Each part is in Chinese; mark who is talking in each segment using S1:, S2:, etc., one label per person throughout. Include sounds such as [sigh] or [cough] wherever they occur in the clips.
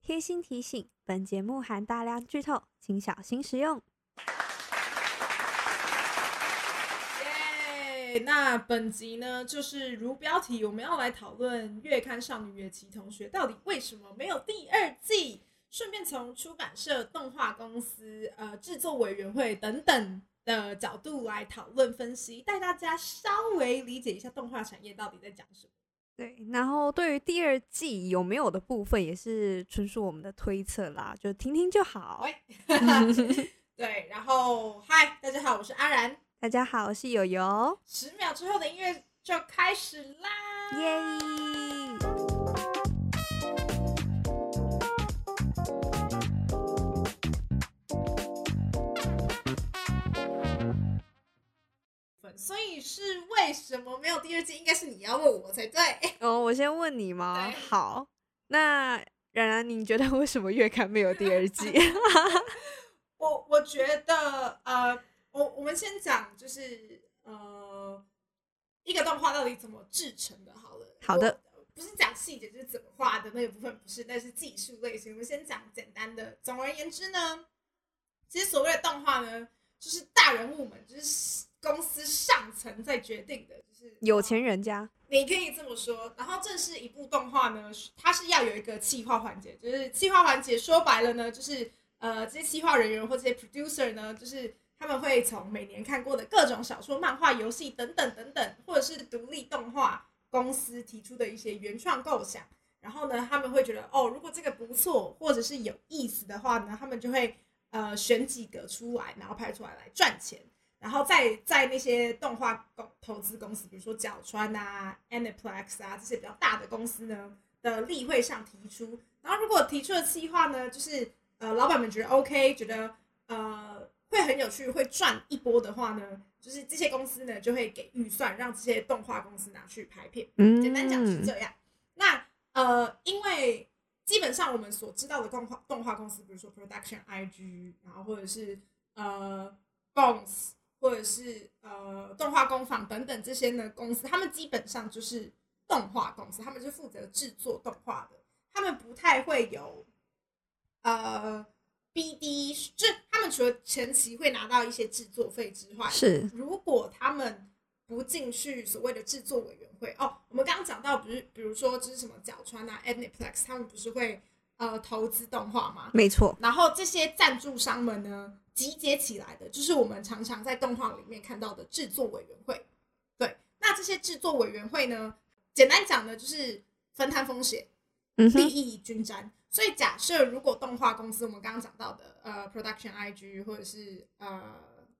S1: 贴心提醒：本节目含大量剧透，请小心食用。
S2: 耶！那本集呢，就是如标题，我们要来讨论《月刊少女野崎同学》到底为什么没有第二季，顺便从出版社、动画公司、呃制作委员会等等的角度来讨论分析，带大家稍微理解一下动画产业到底在讲什么。
S1: 对，然后对于第二季有没有的部分，也是纯属我们的推测啦，就听听就好。
S2: 喂对，然后嗨，大家好，我是阿然，
S1: 大家好，我是友友，
S2: 十秒之后的音乐就开始啦。
S1: 耶！
S2: 所以是为什么没有第二季？应该是你要问我才对。
S1: 哦，我先问你吗？
S2: 对
S1: 好，那然然，你觉得为什么月刊没有第二 [laughs] 季？
S2: 我我觉得呃，我我们先讲就是呃，一个动画到底怎么制成的好了。
S1: 好的
S2: 我，不是讲细节，就是怎么画的那个部分不是，那是技术类型。我们先讲简单的。总而言之呢，其实所谓的动画呢，就是大人物们，就是公司上层在决定的，就是
S1: 有钱人家，
S2: 你可以这么说。然后正式一部动画呢，它是要有一个企划环节，就是企划环节说白了呢，就是呃这些企划人员或这些 producer 呢，就是他们会从每年看过的各种小说、漫画、游戏等等等等，或者是独立动画公司提出的一些原创构想。然后呢，他们会觉得哦，如果这个不错，或者是有意思的话呢，他们就会呃选几个出来，然后拍出来来赚钱。然后在在那些动画公投资公司，比如说角川啊、Aniplex 啊这些比较大的公司呢的例会上提出。然后如果提出的计划呢，就是呃老板们觉得 OK，觉得呃会很有趣，会赚一波的话呢，就是这些公司呢就会给预算，让这些动画公司拿去拍片。
S1: 嗯，
S2: 简单讲是这样。那呃，因为基本上我们所知道的动画动画公司，比如说 Production IG，然后或者是呃 Bones，或者是呃动画工坊等等这些呢公司，他们基本上就是动画公司，他们是负责制作动画的，他们不太会有呃 BD，就是他们除了前期会拿到一些制作费之外，
S1: 嗯是
S2: 如果他们不进去所谓的制作委员会，哦，我们刚刚讲到，不是比如说就是什么角川啊、Aniplex，他们不是会呃投资动画吗？
S1: 没错，
S2: 然后这些赞助商们呢，集结起来的，就是我们常常在动画里面看到的制作委员会。对，那这些制作委员会呢，简单讲呢，就是分摊风险，
S1: 嗯
S2: 利
S1: 哼，
S2: 益均沾。所以假设如果动画公司，我们刚刚讲到的，呃，Production IG 或者是呃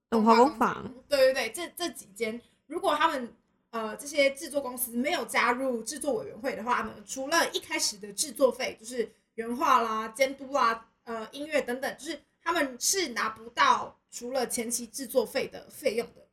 S1: 动画工
S2: 司
S1: 坊，
S2: 对对对，这这几间，如果他们呃这些制作公司没有加入制作委员会的话呢，除了一开始的制作费，就是原画啦、监督啦、呃音乐等等，就是他们是拿不到除了前期制作费的费用的。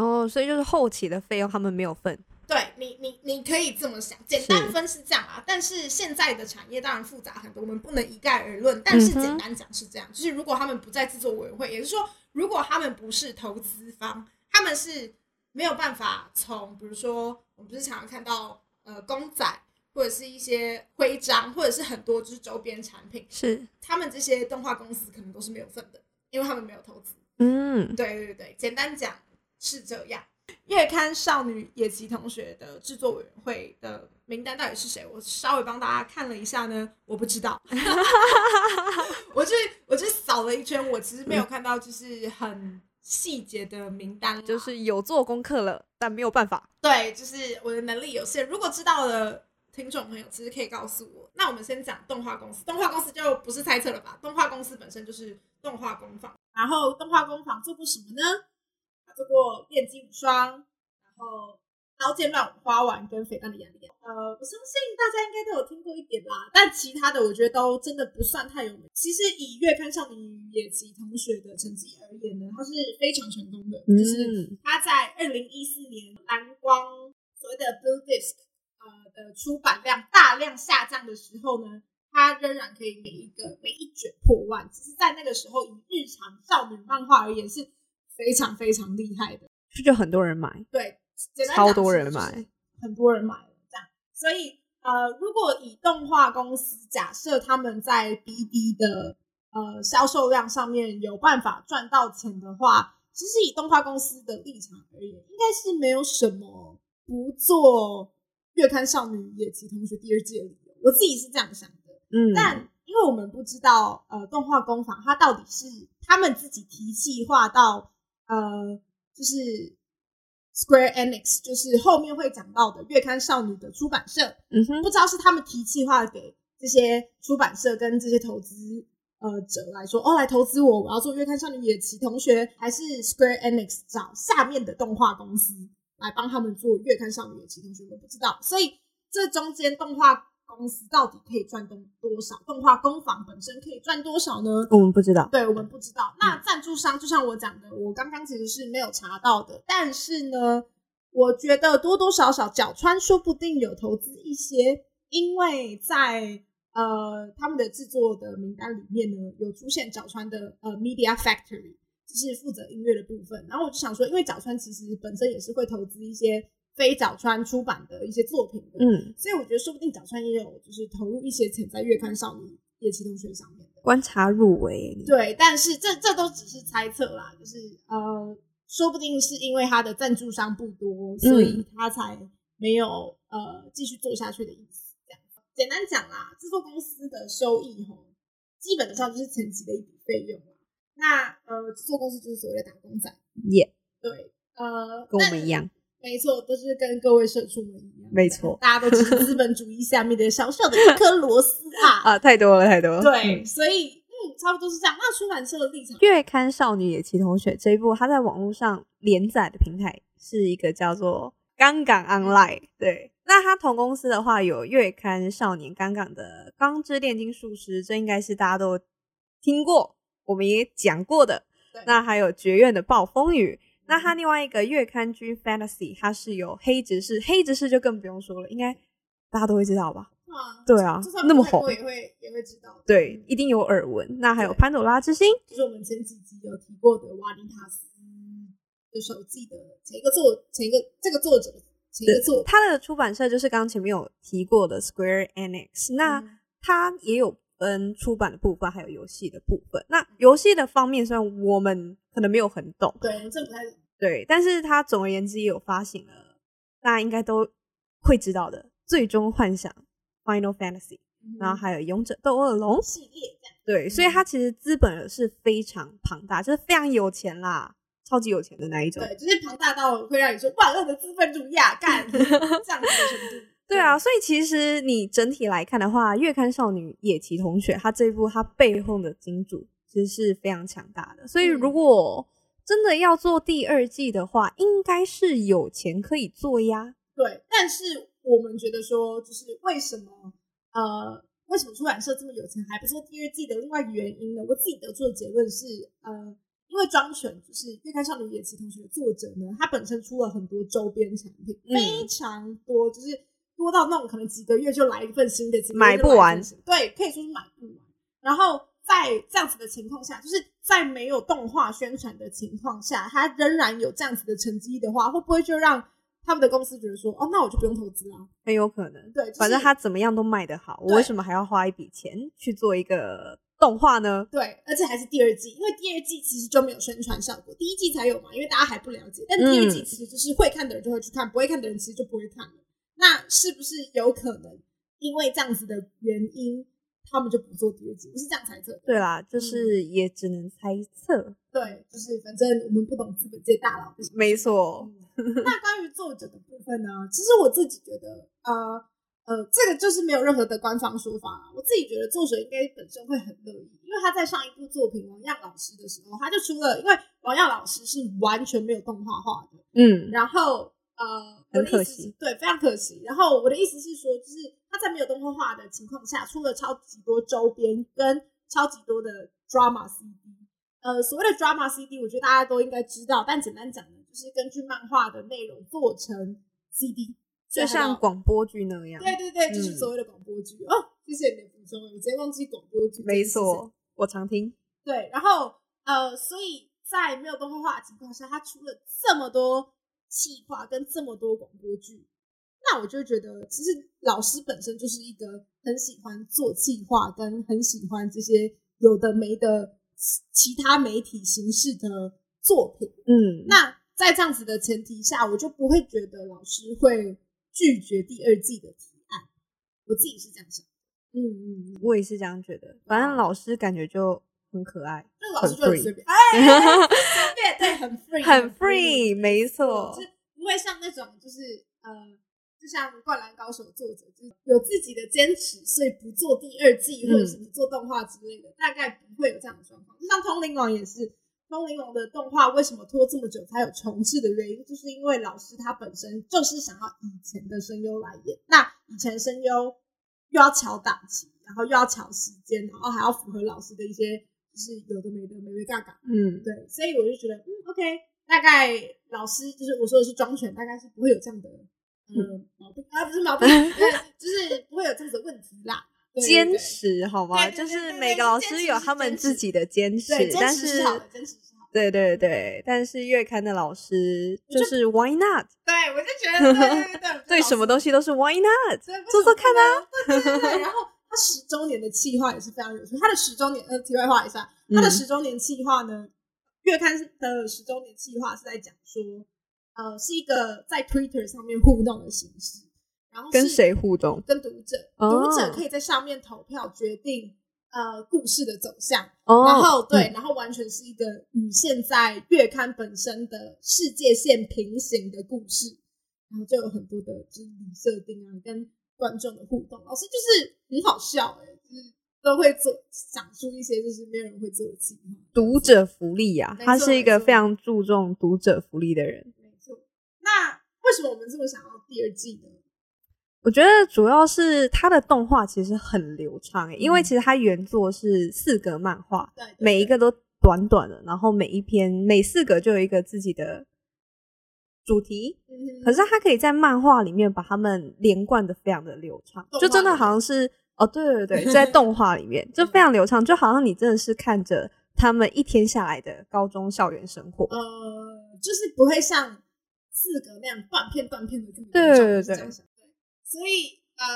S1: 哦，所以就是后期的费用他们没有份，
S2: 对你，你你可以这么想，简单分是这样啊。但是现在的产业当然复杂很多，我们不能一概而论。但是
S1: 嗯哼
S2: 简单讲是这样，就是如果他们不在制作委员会，也就是说，如果他们不是投资方，他们是没有办法从，比如说我们不是常常看到呃公仔或者是一些徽章，或者是很多就是周边产品，
S1: 是，
S2: 他们这些动画公司可能都是没有份的，因为他们没有投资。
S1: 嗯，
S2: 对对对，简单讲是这样。月刊少女野崎同学的制作委员会的名单到底是谁？我稍微帮大家看了一下呢，我不知道。 [laughs] 我去我去扫了一圈，我其实没有看到就是很细节的名单啦，
S1: 就是有做功课了，但没有办法，
S2: 对，就是我的能力有限。如果知道的听众朋友，其实可以告诉我。那我们先讲动画公司，动画公司就不是猜测了吧？动画公司本身就是动画工坊，然后动画工坊做过什么呢？他做过《电击无双》，然后《刀剑乱舞花丸》跟《肥皂的雅典》。呃，我相信大家应该都有听过一点啦，但其他的我觉得都真的不算太有名。其实以月刊少女野崎同学的成绩而言呢，他是非常成功的，就是
S1: 嗯，
S2: 他在二零一四年蓝光所谓的 Blue Disc 呃的出版量大量下降的时候呢，他仍然可以每一个每一卷破万，只是在那个时候以日常少女漫画而言是非常非常厉害的。
S1: 这就很多人买，
S2: 对，简单讲
S1: 超多人
S2: 是
S1: 买，，
S2: 很多人买了这样，所以呃，如果以动画公司假设他们在 BD 的呃销售量上面有办法赚到钱的话，其实以动画公司的立场而言，应该是没有什么不做月刊少女野崎同学第二季的理由。我自己是这样想的。
S1: 嗯，
S2: 但因为我们不知道呃动画工坊它到底是他们自己提计划到呃就是 Square Enix，就是后面会讲到的月刊少女的出版社，
S1: 嗯哼，
S2: 不知道是他们提计划给这些出版社跟这些投资。呃，者来说，哦，来投资我，我要做月刊少女野崎同学，还是 Square Enix 找下面的动画公司来帮他们做月刊少女野崎同学，我不知道。所以这中间动画公司到底可以赚动多少？动画工坊本身可以赚多少呢？
S1: 我们不知道。
S2: 对我们不知道。那赞助商就像我讲的，我刚刚其实是没有查到的，但是呢，我觉得多多少少角川说不定有投资一些，因为在呃他们的制作的名单里面呢，有出现角川的呃 Media Factory。就是负责音乐的部分，然后我就想说，因为角川其实本身也是会投资一些非角川出版的一些作品的，
S1: 嗯，
S2: 所以我觉得说不定角川也有就是投入一些钱在月刊少女野崎同学上面的。
S1: 观察入围，
S2: 对，但是这这都只是猜测啦，就是呃，说不定是因为他的赞助商不多，所以
S1: 嗯
S2: 他才没有呃继续做下去的意思。这样简单讲啦，制作公司的收益吼，基本上就是前期的一笔费用啦。那呃，制作公司就是所谓的打工仔，
S1: 也
S2: 对，呃，
S1: 跟我
S2: 但
S1: 们一样，
S2: 没错，都是跟各位社畜们一样，
S1: 没错
S2: 大家都只是资本主义下面的小小的一颗螺丝
S1: [laughs]
S2: 啊。
S1: 啊，太多了，太多了。
S2: 对，
S1: 嗯，
S2: 所以嗯，差不多是这样。那出版社的立场，
S1: 月刊少女野崎同学这一部，它在网络上连载的平台是一个叫做“杠杠 Online”。对，那它同公司的话有月刊少年杠杠的《钢之炼金术师》，这应该是大家都听过，我们也讲过的
S2: 对。嗯
S1: 那还有《绝院的暴风雨》。那它另外一个月刊《Dream Fantasy》，它是有黑执事，黑执事就更不用说了，应该大家都会知道吧？
S2: 啊，
S1: 对啊
S2: 就算，不
S1: 那么
S2: 看过
S1: 红，
S2: 也会也会知道。
S1: 对，
S2: 嗯
S1: 一定有耳闻。那还有
S2: 对
S1: 潘朵拉之心，
S2: 就是我们前几集有提过的瓦尼塔斯的手记的前一个作前一个这个作者前一个作品。
S1: 它的出版社就是刚刚前面有提过的 Square Enix。那
S2: 嗯
S1: 它也有分出版的部分，还有游戏的部分。那游戏的方面，虽然我们可能没有很懂，
S2: 对，我们这不太
S1: 对，但是它总而言之也有发行了，大家应该都会知道的《最终幻想》（Final Fantasy），然
S2: 嗯
S1: 后还有《勇者斗恶龙》。
S2: 系列这样。
S1: 对，所以它其实资本是非常庞大，就是非常有钱啦，超级有钱的那一种。
S2: 对，就是庞大到会让你说万恶的资本主义啊，
S1: [laughs]
S2: 干这样子的程度。
S1: 对啊，，所以其实你整体来看的话，《月刊少女野崎同学》她这一部她背后的金主其实是非常强大的，所以
S2: 嗯
S1: 如果真的要做第二季的话，应该是有钱可以做呀。
S2: 对，但是我们觉得说，就是为什么呃，为什么出版社这么有钱还不做第二季的另外一个原因呢？我自己得出的结论是，呃，因为庄选就是《月刊少女野崎同学》的作者呢，他本身出了很多周边产品，
S1: 嗯
S2: 非常多，就是多到那种可能几个月就来一份新的，几个月就
S1: 买不
S2: 来一份
S1: 完
S2: 新，对，可以说是买不完。然后在这样子的情况下，就是在没有动画宣传的情况下，他仍然有这样子的成绩的话，会不会就让他们的公司觉得说，哦，那我就不用投资啦、
S1: 很有可能，
S2: 对，就是
S1: 反正他怎么样都卖得好，我
S2: 对
S1: 为什么还要花一笔钱去做一个动画呢？
S2: 对，而且还是第二季，因为第二季其实就没有宣传效果，第一季才有嘛，因为大家还不了解。但第二季
S1: 嗯
S2: 其实就是会看的人就会去看，不会看的人其实就不会看了。那是不是有可能因为这样子的原因，他们就不做第二季？我是这样猜测的。
S1: 对啦，
S2: 嗯
S1: 就是也只能猜测。
S2: 对，就是反正我们不懂资本界大佬的想法
S1: 没错，
S2: 那关于作者的部分呢？其实我自己觉得，呃呃，这个就是没有任何的官方说法啦。我自己觉得作者应该本身会很乐意，因为他在上一部作品王样老师的时候，他就出了，因为王样老师是完全没有动画化的，
S1: 嗯，
S2: 然后呃，
S1: 很
S2: 我的意
S1: 可
S2: 思是
S1: 惜，
S2: 对，非常可惜。然后我的意思是说，就是他在没有动画化的情况下，出了超级多周边跟超级多的 drama CD。呃，所谓的 drama CD，我觉得大家都应该知道，但简单讲呢，就是根据漫画的内容做成 CD，所
S1: 就
S2: 以还有
S1: 像广播剧那样，
S2: 啊对对对，就是
S1: 嗯
S2: 所谓的广播剧、哦。谢谢你的补充，我直接忘记广播剧。
S1: 没。错，我常听。
S2: 对，然后呃，所以在没有动画化的情况下，他出了这么多企划跟这么多广播剧，那我就觉得，其实老师本身就是一个很喜欢做计划，跟很喜欢这些有的没的其其他媒体形式的作品。
S1: 嗯，
S2: 那在这样子的前提下，我就不会觉得老师会拒绝第二季的提案。我自己是这样想。嗯嗯嗯，
S1: 我也是这样觉得。反正老师感觉就很可爱，
S2: 那老师就很随便，哎，随便，对，很 free，
S1: 很 free，没错
S2: 就。是不会像那种就是呃，就像《灌篮高手》作者就是有自己的坚持，所以不做第二季
S1: 嗯
S2: 或者是不做动画之类的，大概不会有这样的状况。就像《通灵王》也是，《通灵王》的动画为什么拖这么久才有重置的原因，就是因为老师他本身就是想要以前的声优来演，那以前声优又要调档期，然后又要调时间，然后还要符合老师的一些就是有的没的没没嘎嘎。
S1: 嗯，
S2: 对，所以我就觉得，嗯，OK，大概老师就是我说的是庄犬，大概是不会有这样的嗯毛病啊，不
S1: [laughs]
S2: 是毛病，对就是不会有这样子的问题啦。对对
S1: 坚
S2: 对
S1: 持好吗？
S2: 对对对
S1: 就是
S2: 对
S1: 每
S2: 对
S1: 个老
S2: 坚持
S1: 师
S2: 是
S1: 有他们
S2: 坚
S1: 自
S2: 持
S1: 己的坚持
S2: 对，，坚
S1: 但
S2: 持
S1: 是
S2: 是好的，坚持是好的。
S1: 对对对，但是月刊的老师就是 Why not？
S2: 对，我就觉得，对对对对，
S1: [laughs] 对什么东西都是 Why not？
S2: 西
S1: 做做看
S2: 啊。对对对，对然后他十周年的企划也是非常有趣，他的十周年呃，题外话一下，他的
S1: 嗯
S2: 十周年计划呢，月刊的十周年计划是在讲说，呃，是一个在 Twitter 上面互动的形式，然后是
S1: 跟谁互动？
S2: 跟读者，
S1: 哦
S2: 读者可以在上面投票决定呃故事的走向，然
S1: 哦，
S2: 后对，然后完全是一个与现在月刊本身的世界线平行的故事，然后就有很多的就是理设定啊，跟观众的互动，老师就是很好笑哎、就是都会做想出一些就是没有人会做的计划。
S1: 读者福利呀、
S2: 没
S1: 他
S2: 错
S1: 是一
S2: 没
S1: 个
S2: 错
S1: 非常注重读者福利的人。
S2: 没错，那为什么我们这么想要第二季呢？
S1: 我觉得主要是他的动画其实很流畅、欸，因为
S2: 嗯
S1: 其实他原作是四格漫画，
S2: 对，对
S1: 每一个都短短的，然后每一篇每四格就有一个自己的主题，
S2: 对嗯哼
S1: 可是他可以在漫画里面把它们连贯的非常的流畅
S2: 动，画
S1: 就真的
S2: 里嗯
S1: 好像是哦，对对对，就
S2: [laughs]
S1: 在动画里面就非常流畅，就好像你真的是看着他们一天下来的高中校园生活。
S2: 呃，就是不会像四格那样断片断片的这么
S1: 对
S2: 流畅
S1: 对
S2: 我是这
S1: 对
S2: 样想的所以呃，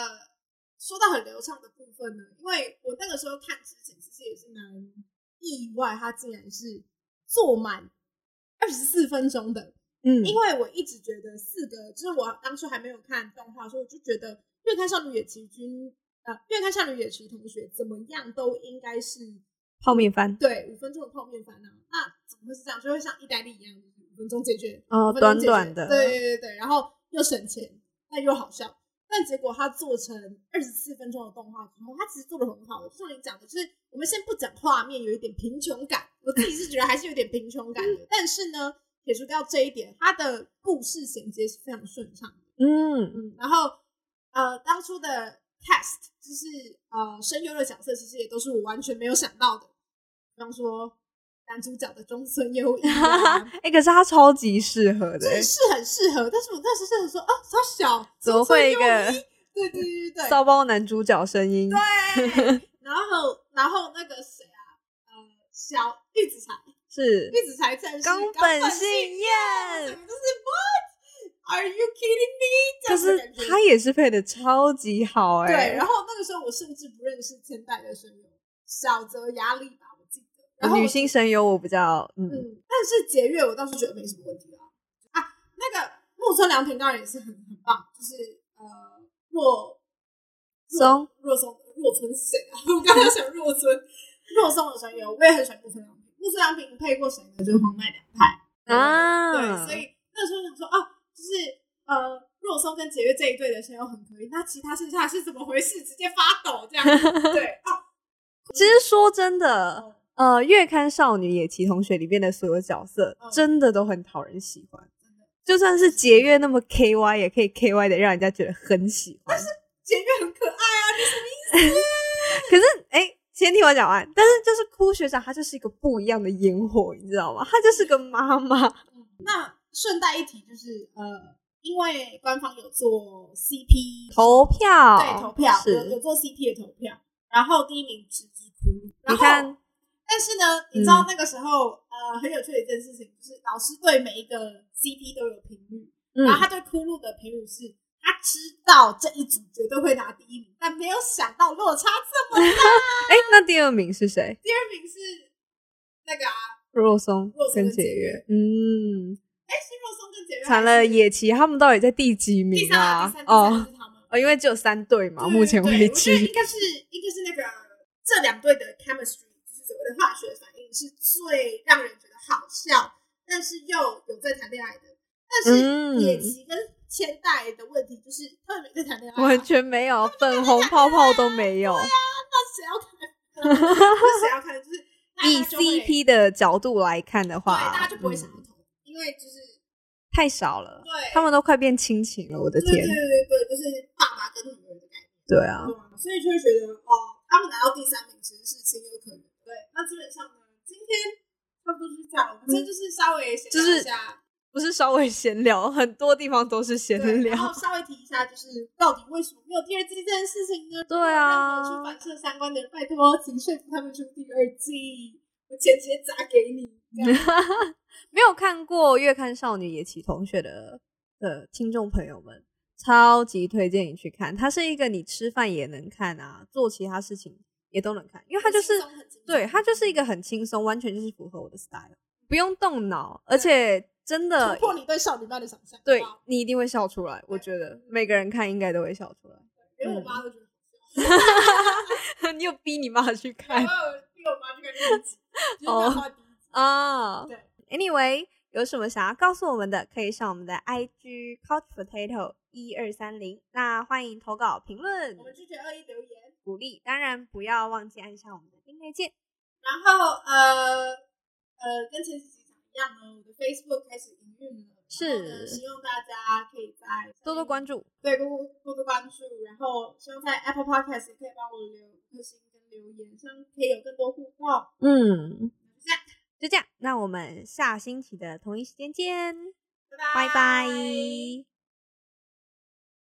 S2: 说到很流畅的部分呢，因为我那个时候看之前，其实也是蛮意外，它竟然是做满二十四分钟的。
S1: 嗯
S2: 因为我一直觉得四个，就是我当初还没有看动画的时候，我就觉得《月刊少女野崎君》呃，《月刊少女野崎同学》怎么样都应该是
S1: 泡面番
S2: 对，五分钟的泡面烦恼，那怎么会是这样？就会像意大利一样，就是五分钟解决，
S1: 哦
S2: 五，分钟
S1: 短
S2: 解决
S1: 短的，
S2: 对对对对，然后又省钱，但又好笑。但结果他做成二十四分钟的动画之后，他其实做的很好。就像你讲的，就是我们先不讲画面，有一点贫穷感，我自己是觉得还是有点贫穷感
S1: [laughs]
S2: 的。但是呢，撇除掉这一点，他的故事衔接是非常顺畅的。
S1: 嗯，
S2: 嗯，然后呃，当初的 cast 就是呃声优的角色，其实也都是我完全没有想到的，比方说男主角的中村优一、啊，
S1: [laughs] 哎、可是他超级适合的、
S2: 这是很适合，但是我那时候真的说啊，好小，
S1: 怎么会一个
S2: 中村优一对对对对对
S1: 骚包男主角声音，
S2: 对，啊然后然后那个谁啊，呃，小玉子才，
S1: 是
S2: 玉子才正是
S1: 冈
S2: 本
S1: 本信
S2: 怎
S1: 彦，
S2: 么就是 what are you kidding me？
S1: 可
S2: 这样子
S1: 是
S2: 的感觉
S1: 他也是配的超级好哎、
S2: 对，然后那个时候我甚至不认识千代的声优，小泽雅里吧，我记得。然后我
S1: 哦女性声优我比较嗯
S2: 嗯，但是节月我倒是觉得没什么问题啊。啊，那个木村良平当然也是很很棒，就是呃若
S1: 松
S2: 若松若村是谁啊？ [laughs] 我刚刚想若村若松的声优，我也很喜欢木村良平。木村良平配过谁呢？就是黄奈良太
S1: 啊，
S2: 嗯对，所以那时候想说啊，就是呃，若松跟解约这一对的声优很可以，那其他剩下的是怎么回事？直接发抖这样。对啊，
S1: 其实说真的，呃，《月刊少女野崎同学》里面的所有角色
S2: 嗯，
S1: 真的都很讨人喜欢。就算是节约那么 K Y，也可以 K Y 的让人家觉得很喜欢。
S2: 解约很可爱啊，
S1: 可是，哎、先听我讲完。但是就是哭学长，他就是一个不一样的烟火，你知道吗？他就是个妈
S2: [laughs]
S1: 妈。
S2: 那顺带一提就是呃，因为官方有做 CP
S1: 投票，
S2: 对投票有有
S1: 是。
S2: 做 CP 的投票，然后第一名直直哭，然
S1: 你
S2: 后
S1: 看，嗯
S2: 但是呢，你知道那个时候、呃很有趣的一件事情就是老师对每一个 CP 都有评语，
S1: 嗯
S2: 然后他对哭露的评语是他知道这一组绝对会拿第一名，但没有想到落差这么大。
S1: 哎，那第二名是谁？
S2: 第二名是那个啊，
S1: 若松
S2: 若松
S1: 跟
S2: 跟
S1: 解
S2: 解
S1: 约
S2: 约，
S1: 嗯，
S2: 哎，是若松跟简约还是
S1: 惨了，野崎他们到底在第几
S2: 第
S1: 名
S2: 三啊，
S1: 啊
S2: 第三，？第三
S1: 哦
S2: 是他们。
S1: 哦，因为只有三队嘛，[laughs]
S2: 对
S1: 目前
S2: 对
S1: 为
S2: 我觉得
S1: 止
S2: 应，该是应该是那个这两队的 chemistry，就是所谓的化学反应，是最让人觉得好笑，但是又有在谈恋爱的。但
S1: 嗯
S2: 是野崎跟千代的问题就是他们没在谈恋爱、
S1: [laughs]
S2: 啊，
S1: 完全没有粉红泡泡都没
S2: 啊
S1: 有。
S2: 那谁要看？ [laughs] 那谁要看？ [laughs] 就是大
S1: 以
S2: 家就会
S1: CP 的角度来看的
S2: 对，
S1: 话，
S2: 大家就不会
S1: 嗯
S2: 想要投，因为就是
S1: 太少了，
S2: 对
S1: 他们都快变亲情了，我的
S2: 对对
S1: 天！
S2: 对对，就是爸爸跟女儿的感觉。
S1: 对啊，
S2: 对啊，所以就会觉得哦，他们拿到第三名其实是情有可原。对，那基本上呢，今天差不多就是这样。我们今天就是稍微闲聊一下，
S1: 不嗯是稍微闲聊，很多地方都是闲
S2: 对，然后
S1: 聊。
S2: 稍微提一下，就是到底为什么没有第二季这件事情呢？
S1: 对啊
S2: 如果有任何出版社相关的人，拜托，请说服他们出第二季，我钱直接砸给你。
S1: [laughs]
S2: 这样
S1: 没有看过《月刊少女野崎同学的》的听众朋友们，超级推荐你去看。它是一个你吃饭也能看啊，做其他事情也都能看，因为它就是
S2: 很轻松，很轻松
S1: 对，它就是一个很轻松，完全就是符合我的 style，不用动脑，而且真的
S2: 突破你对少女漫的想象。
S1: 对
S2: 好不好
S1: 你一定会笑出来。我觉得每个人看应该都会笑出来。
S2: 连我
S1: 嗯
S2: 妈都觉得。
S1: [laughs] 你有逼你妈去
S2: 然
S1: 看 [laughs]
S2: 后逼我妈去看第一集，就是
S1: 哦
S2: 漫画第一集。
S1: 啊？
S2: 对。
S1: Anyway，有什么想要告诉我们的，可以上我们的 IG Couch Potato 一二三零。那欢迎投稿、评论
S2: 我、们拒绝恶意留言。
S1: 鼓励，当然不要忘记按下我们的订阅键。
S2: 然后呃呃，跟前几集讲一样呢，我的 Facebook 开始营运了，然后
S1: 是
S2: 呢希望大家可以在
S1: 多多关，注，
S2: 对，多多多多关注，然后希望在 Apple Podcast 也可以帮我留五颗星跟留言，希望可以有更多互动。
S1: 嗯，
S2: 就这样，
S1: 就这样，那我们下星期的同一时间见，
S2: 拜
S1: 拜
S2: 拜
S1: 拜。